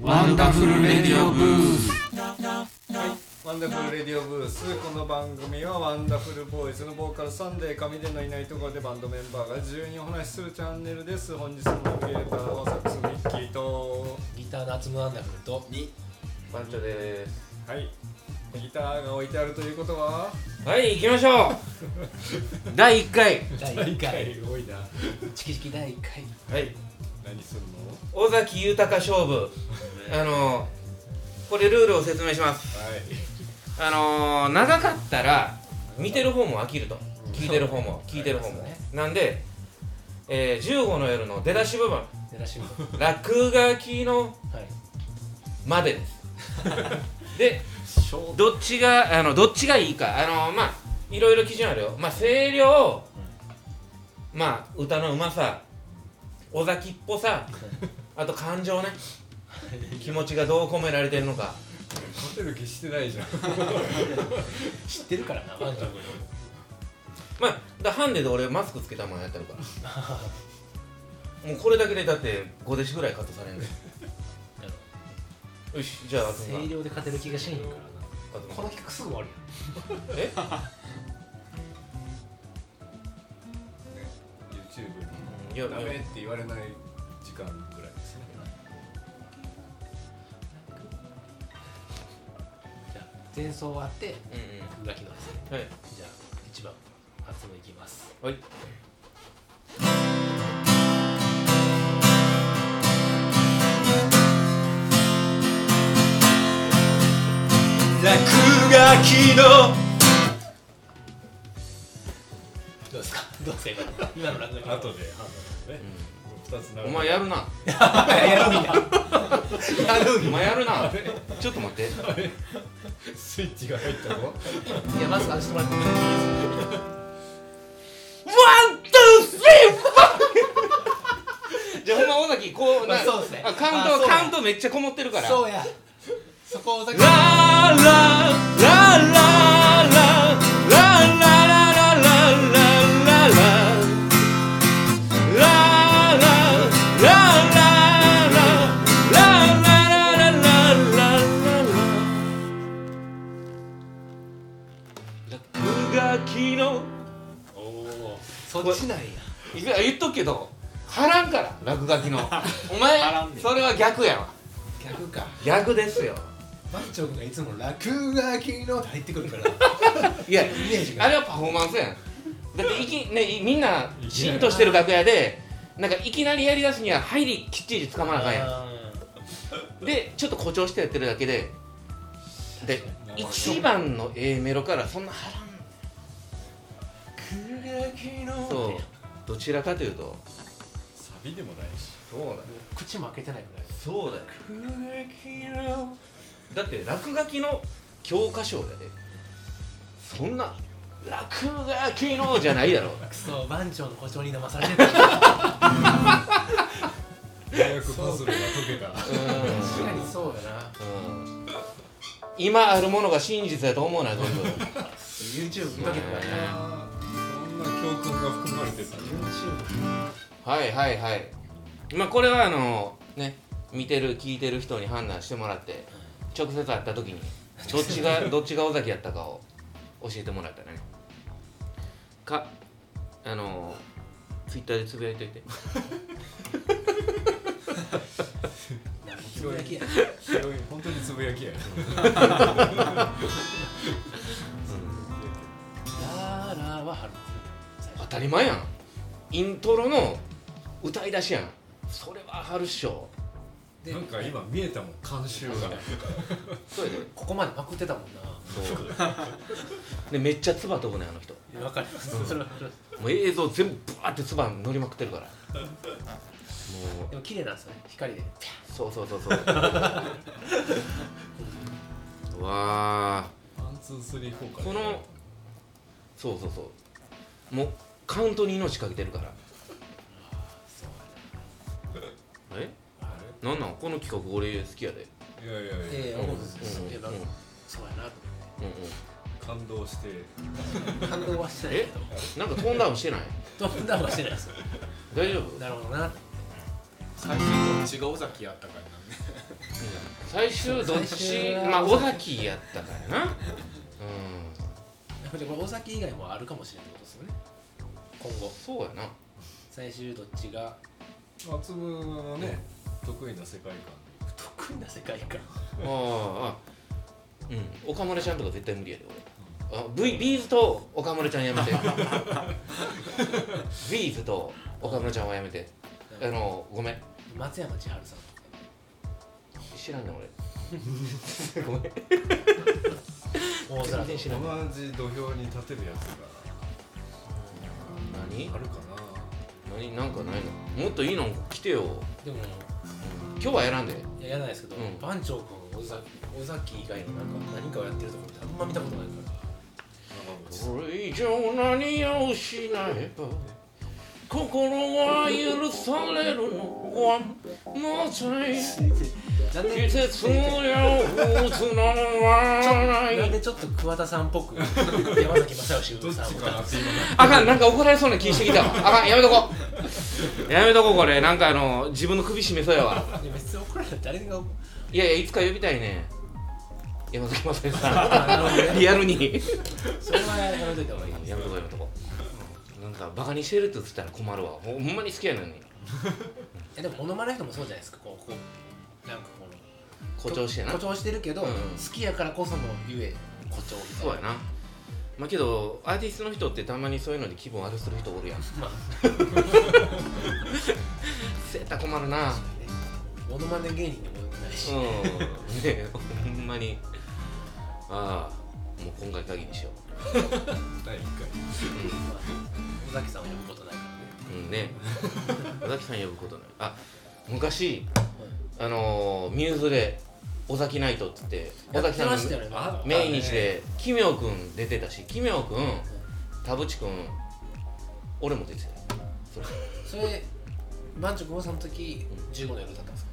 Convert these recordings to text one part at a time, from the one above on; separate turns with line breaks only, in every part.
ワンダフルレディオブース
ワンダフルレディオブースこの番組はワンダフルボーイズのボーカルサンデー上でのいないところでバンドメンバーが自由にお話しするチャンネルです本日のナビゲーターはサックスミッキーと
ギターの厚むなんだふるとに
番長です
はいギターが置いてあるということは
はい行きましょう第1回
第1回
多いな
チキチキ第1回
はい
何するの
尾崎豊勝負あのこれルールを説明します
はい
あの長かったら見てる方も飽きると聞いてる方も聞いてる方も、
そうです
なんで、えー15の夜の出だし部分
出だしも
「落書きの
はい
まで」です でどっちがあのどっちがいいかあのまあいろいろ基準あるよまあ声量、まあ歌のうまさ尾崎っぽさあと感情ね気持ちがどう込められてるのか
勝てる気してないじゃん
知ってるからな番長 君
まあだハンデで俺マスクつけたままやってる からもうこれだけでだって5弟子ぐらいカットされんねんよしじゃああと
声量で勝てる気がしんからなこ
か
の企画すぐ終わる
え
YouTube
い
に
や
ダメって言われない時間ぐらいですね
やんじゃあ前奏終わって
うんう
浮気のですね
んはい
じゃあ1番厚むいきます
はい
落書きの
どうですか どうですか今の今の落書き
後で判断ね、二つな
お前 やるな
やるみたい
やるお前やるなちょっと待って
スイッチが入ったの
いやマスク外してもらってもいい
ワン、ツー、スリー、フォーじゃあほんま尾崎こうな、
まあそうっすね
あカウ
あ
ン
そう
ト
や
カウントめっちゃこもってるから
そうやそこをさっき
ラララララララララララララララララララララララ落書きの
おおそっちなんや
いや言っとくけど貼らんから落書きのお 前
貼らんで
それは逆やわ
逆か
逆ですよ
番長君がいつも落書きのって入ってくる から
いや
イメージが
あれはパフォーマンスやんだっていき、ね、いみんな嫉妬してる楽屋でなんかいきなりやりだすには入りきっちり掴まなあかんや
あー
んでちょっと誇張してやってるだけでで一番の A メロからそんな貼らんそうどちらかというと
サビでもないし
そうだね
口も開けてないぐらい
そうだよだって落書きの教科書やでそんな落書きのじゃないだろ
クソ番長の誇張に飲まされてた
ようやくパズルが解けた
確かにそうやな
うん今あるものが真実やと思うな全部
YouTube 見とけばいいな
そんな教訓が含まれてた
YouTube
はいはいはいまあこれはあのね見てる聞いてる人に判断してもらって直接会った時にどっちがどっちが尾崎やったかを教えてもらったらねかあのツイッターでつぶやいといて
つぶやきや
広い本当につぶやきや
ラーラーは春
当たり前やんイントロの歌い出しやんそれは春っしょ
で
なんか今見えたもん監修が
そうやで
ここまでパクってたもんな
でめっちゃ唾飛ぶねあの人
わかりますそれはわかります
もう映像全部バーって唾乗りまくってるからも
でも綺麗なんですよね光で
うそうそう そうそううわあ
ワンツースリーフォーから
このそうそうそうもうカウントに命かけてるからえ
あ
なんなんこの企画俺好きやで
れいやいやいや、
ええ思うんですよ
うん
でなんかそうやなと
うんうん
感動して
感動はしてないけど
なんかトーンダウンしてない
トーンダウンはしてないですよ
大丈夫
なるほどな
最近どっちが尾崎やったかになんね
最終どっち
最終は
まあ尾崎やったからなうん
じゃあこれ大崎以外もあるかもしれないってことですよね今後
そうやな
最終どっちが
松村のね得意な世界観
得意な世界観
あああうん岡村ちゃんとか絶対無理やで俺あ v ビーズと岡村ちゃんやめて ビーズと岡村ちゃんはやめてあのごめん
松山千春さんとか
知らんねん俺ごめん
大空と
全然知らん
同じ土俵に立てるやつが
何
あるか
何なんかないのもっといいの来てよ
でも
今日は選んで
いや嫌ないですけど、
うん
番長君尾崎尾崎以外のなんか何かをやってるところってあんま見たことないから
これ以上何をしないば心は許されるのはなぜ
なん
季
で
節には移らな
なん
い
でちょっと桑田さんっ ぽく山崎正義
どっち
さん
かなって今
あかんなんか怒られそうな気してきたわあかんやめとこうやめとこうこれなんかあの自分の首絞めそうやわ
いや別に怒られない誰が怒る
いやいやいつか呼びたいね山崎まさよしさ
あなるほど
ん
ね
リアルに
それはやめといた方がいい
やめとこうやめとこうなんかバカにしてるって言ってたら困るわほんまに好きやのに
えでもモノマネの人もそうじゃないですかこうこうなんかこの
誇張してな
誇張してるけど、
うん
好きやからこそのゆえ誇張みたい
そうやなまあけどアーティストの人ってたまにそういうので気分悪くする人おるやん
まあ
せった困るな
モノマネ芸人でもよくないし、
うんねえほんまにああもう今回限りにしよ
第1回
う
まあ尾崎さんを呼ぶことないか
うん、うん、ねえ尾崎さん呼ぶことないあ昔
らね、
あのー、ミューズで尾崎ナイトっつって尾崎さ
や
んの
ってましたよねなんか
命日で奇妙くん出てたし奇妙くん田淵くん俺も出てたよそれ
それ番長久保さんの時15の夜だったんですか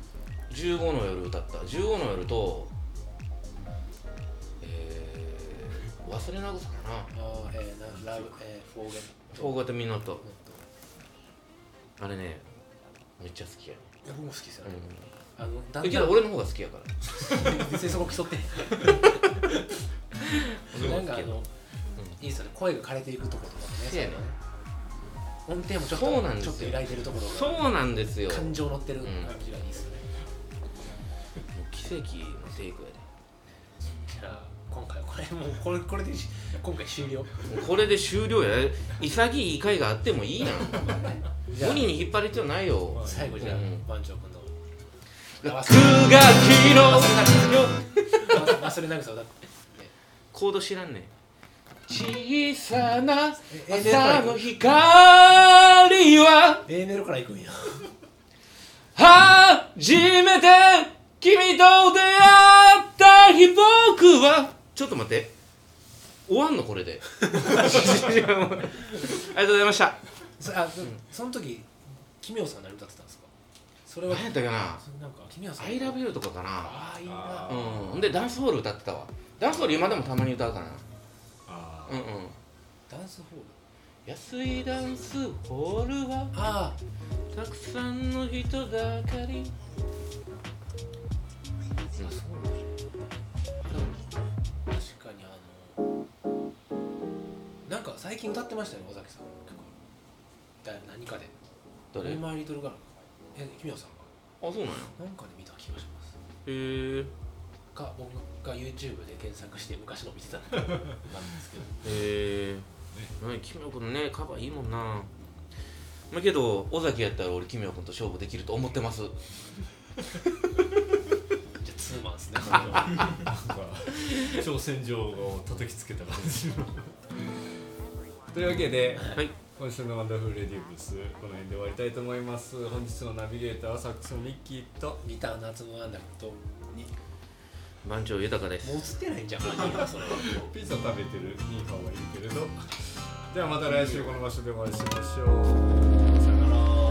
15の夜歌った15の夜とえー、忘れなぐさかな
あーえー、なラブ、えー、フォーゲ
「フォーゴトミノット」あれねめっちゃ好きやね、
いや僕も好きですよ、ね
う
あのだ
ん、えけど俺の方が好きやから
別にそこ競 ってへんなんかあの、いいですよね声が枯れていくところとかね
そうやね
音程もちょっ
そうなんで
と
す
ちょっと揺
よ
らいでるところが
そうなんですよ
感
もう
情乗ってる感じがいいですよね、
奇跡のテイクや
じゃあ今回これもうこれこれでし 今回終了
でもうこれで終了や潔い回があってもいいやん
じゃあ
無理に引っ張る必要ないよ
最後じゃあ
うん
番長 君の忘
落書きの
れ忘れなぐさを歌って
コード知らんねん小さな
ええどこ
朝
行
の
く
光は
A メロから行くんや
初めて君と出会った日僕はちょっと待って終わんのこれ でありがとうございました
そあそその時奇妙さん何歌ってたんですかそれは
何やったかな
それなんか奇妙
「
さん
I love you」とかかな
ああいいな
あ
うんでダンスホール歌ってたわダンスホール今でもたまに歌うかな
あ
う
ー
んうん
ダンスホール
安いダンスホールは
あ
たくさんの人ばかりまあそう
あ確かにあのなんか最近歌ってましたよね尾崎さんの曲だい何かで「
誰
マイリトルガール」え奇妙さん
あそうなんや
がなんかで見た気がします
へえ
か僕が YouTube で検索して昔の見てたんだけどなんですけど
へえキミョ君ねカバーいいもんなまあけど尾崎やったら俺キミョ君と勝負できると思ってます
じゃあツーマンですねこれは
なんか挑戦状を叩きつけた感じのというわけで
はい
今週のワンダフルレディーブスこの辺で終わりたいと思います本日のナビゲーターはサックスのミッキーと
ギターの夏のなんだけども
番長豊で
う映
す
ってないんじゃん本人はそれは
ピザ食べてるニーハオはいいけれどではまた来週この場所でお会いしましょう
さよなら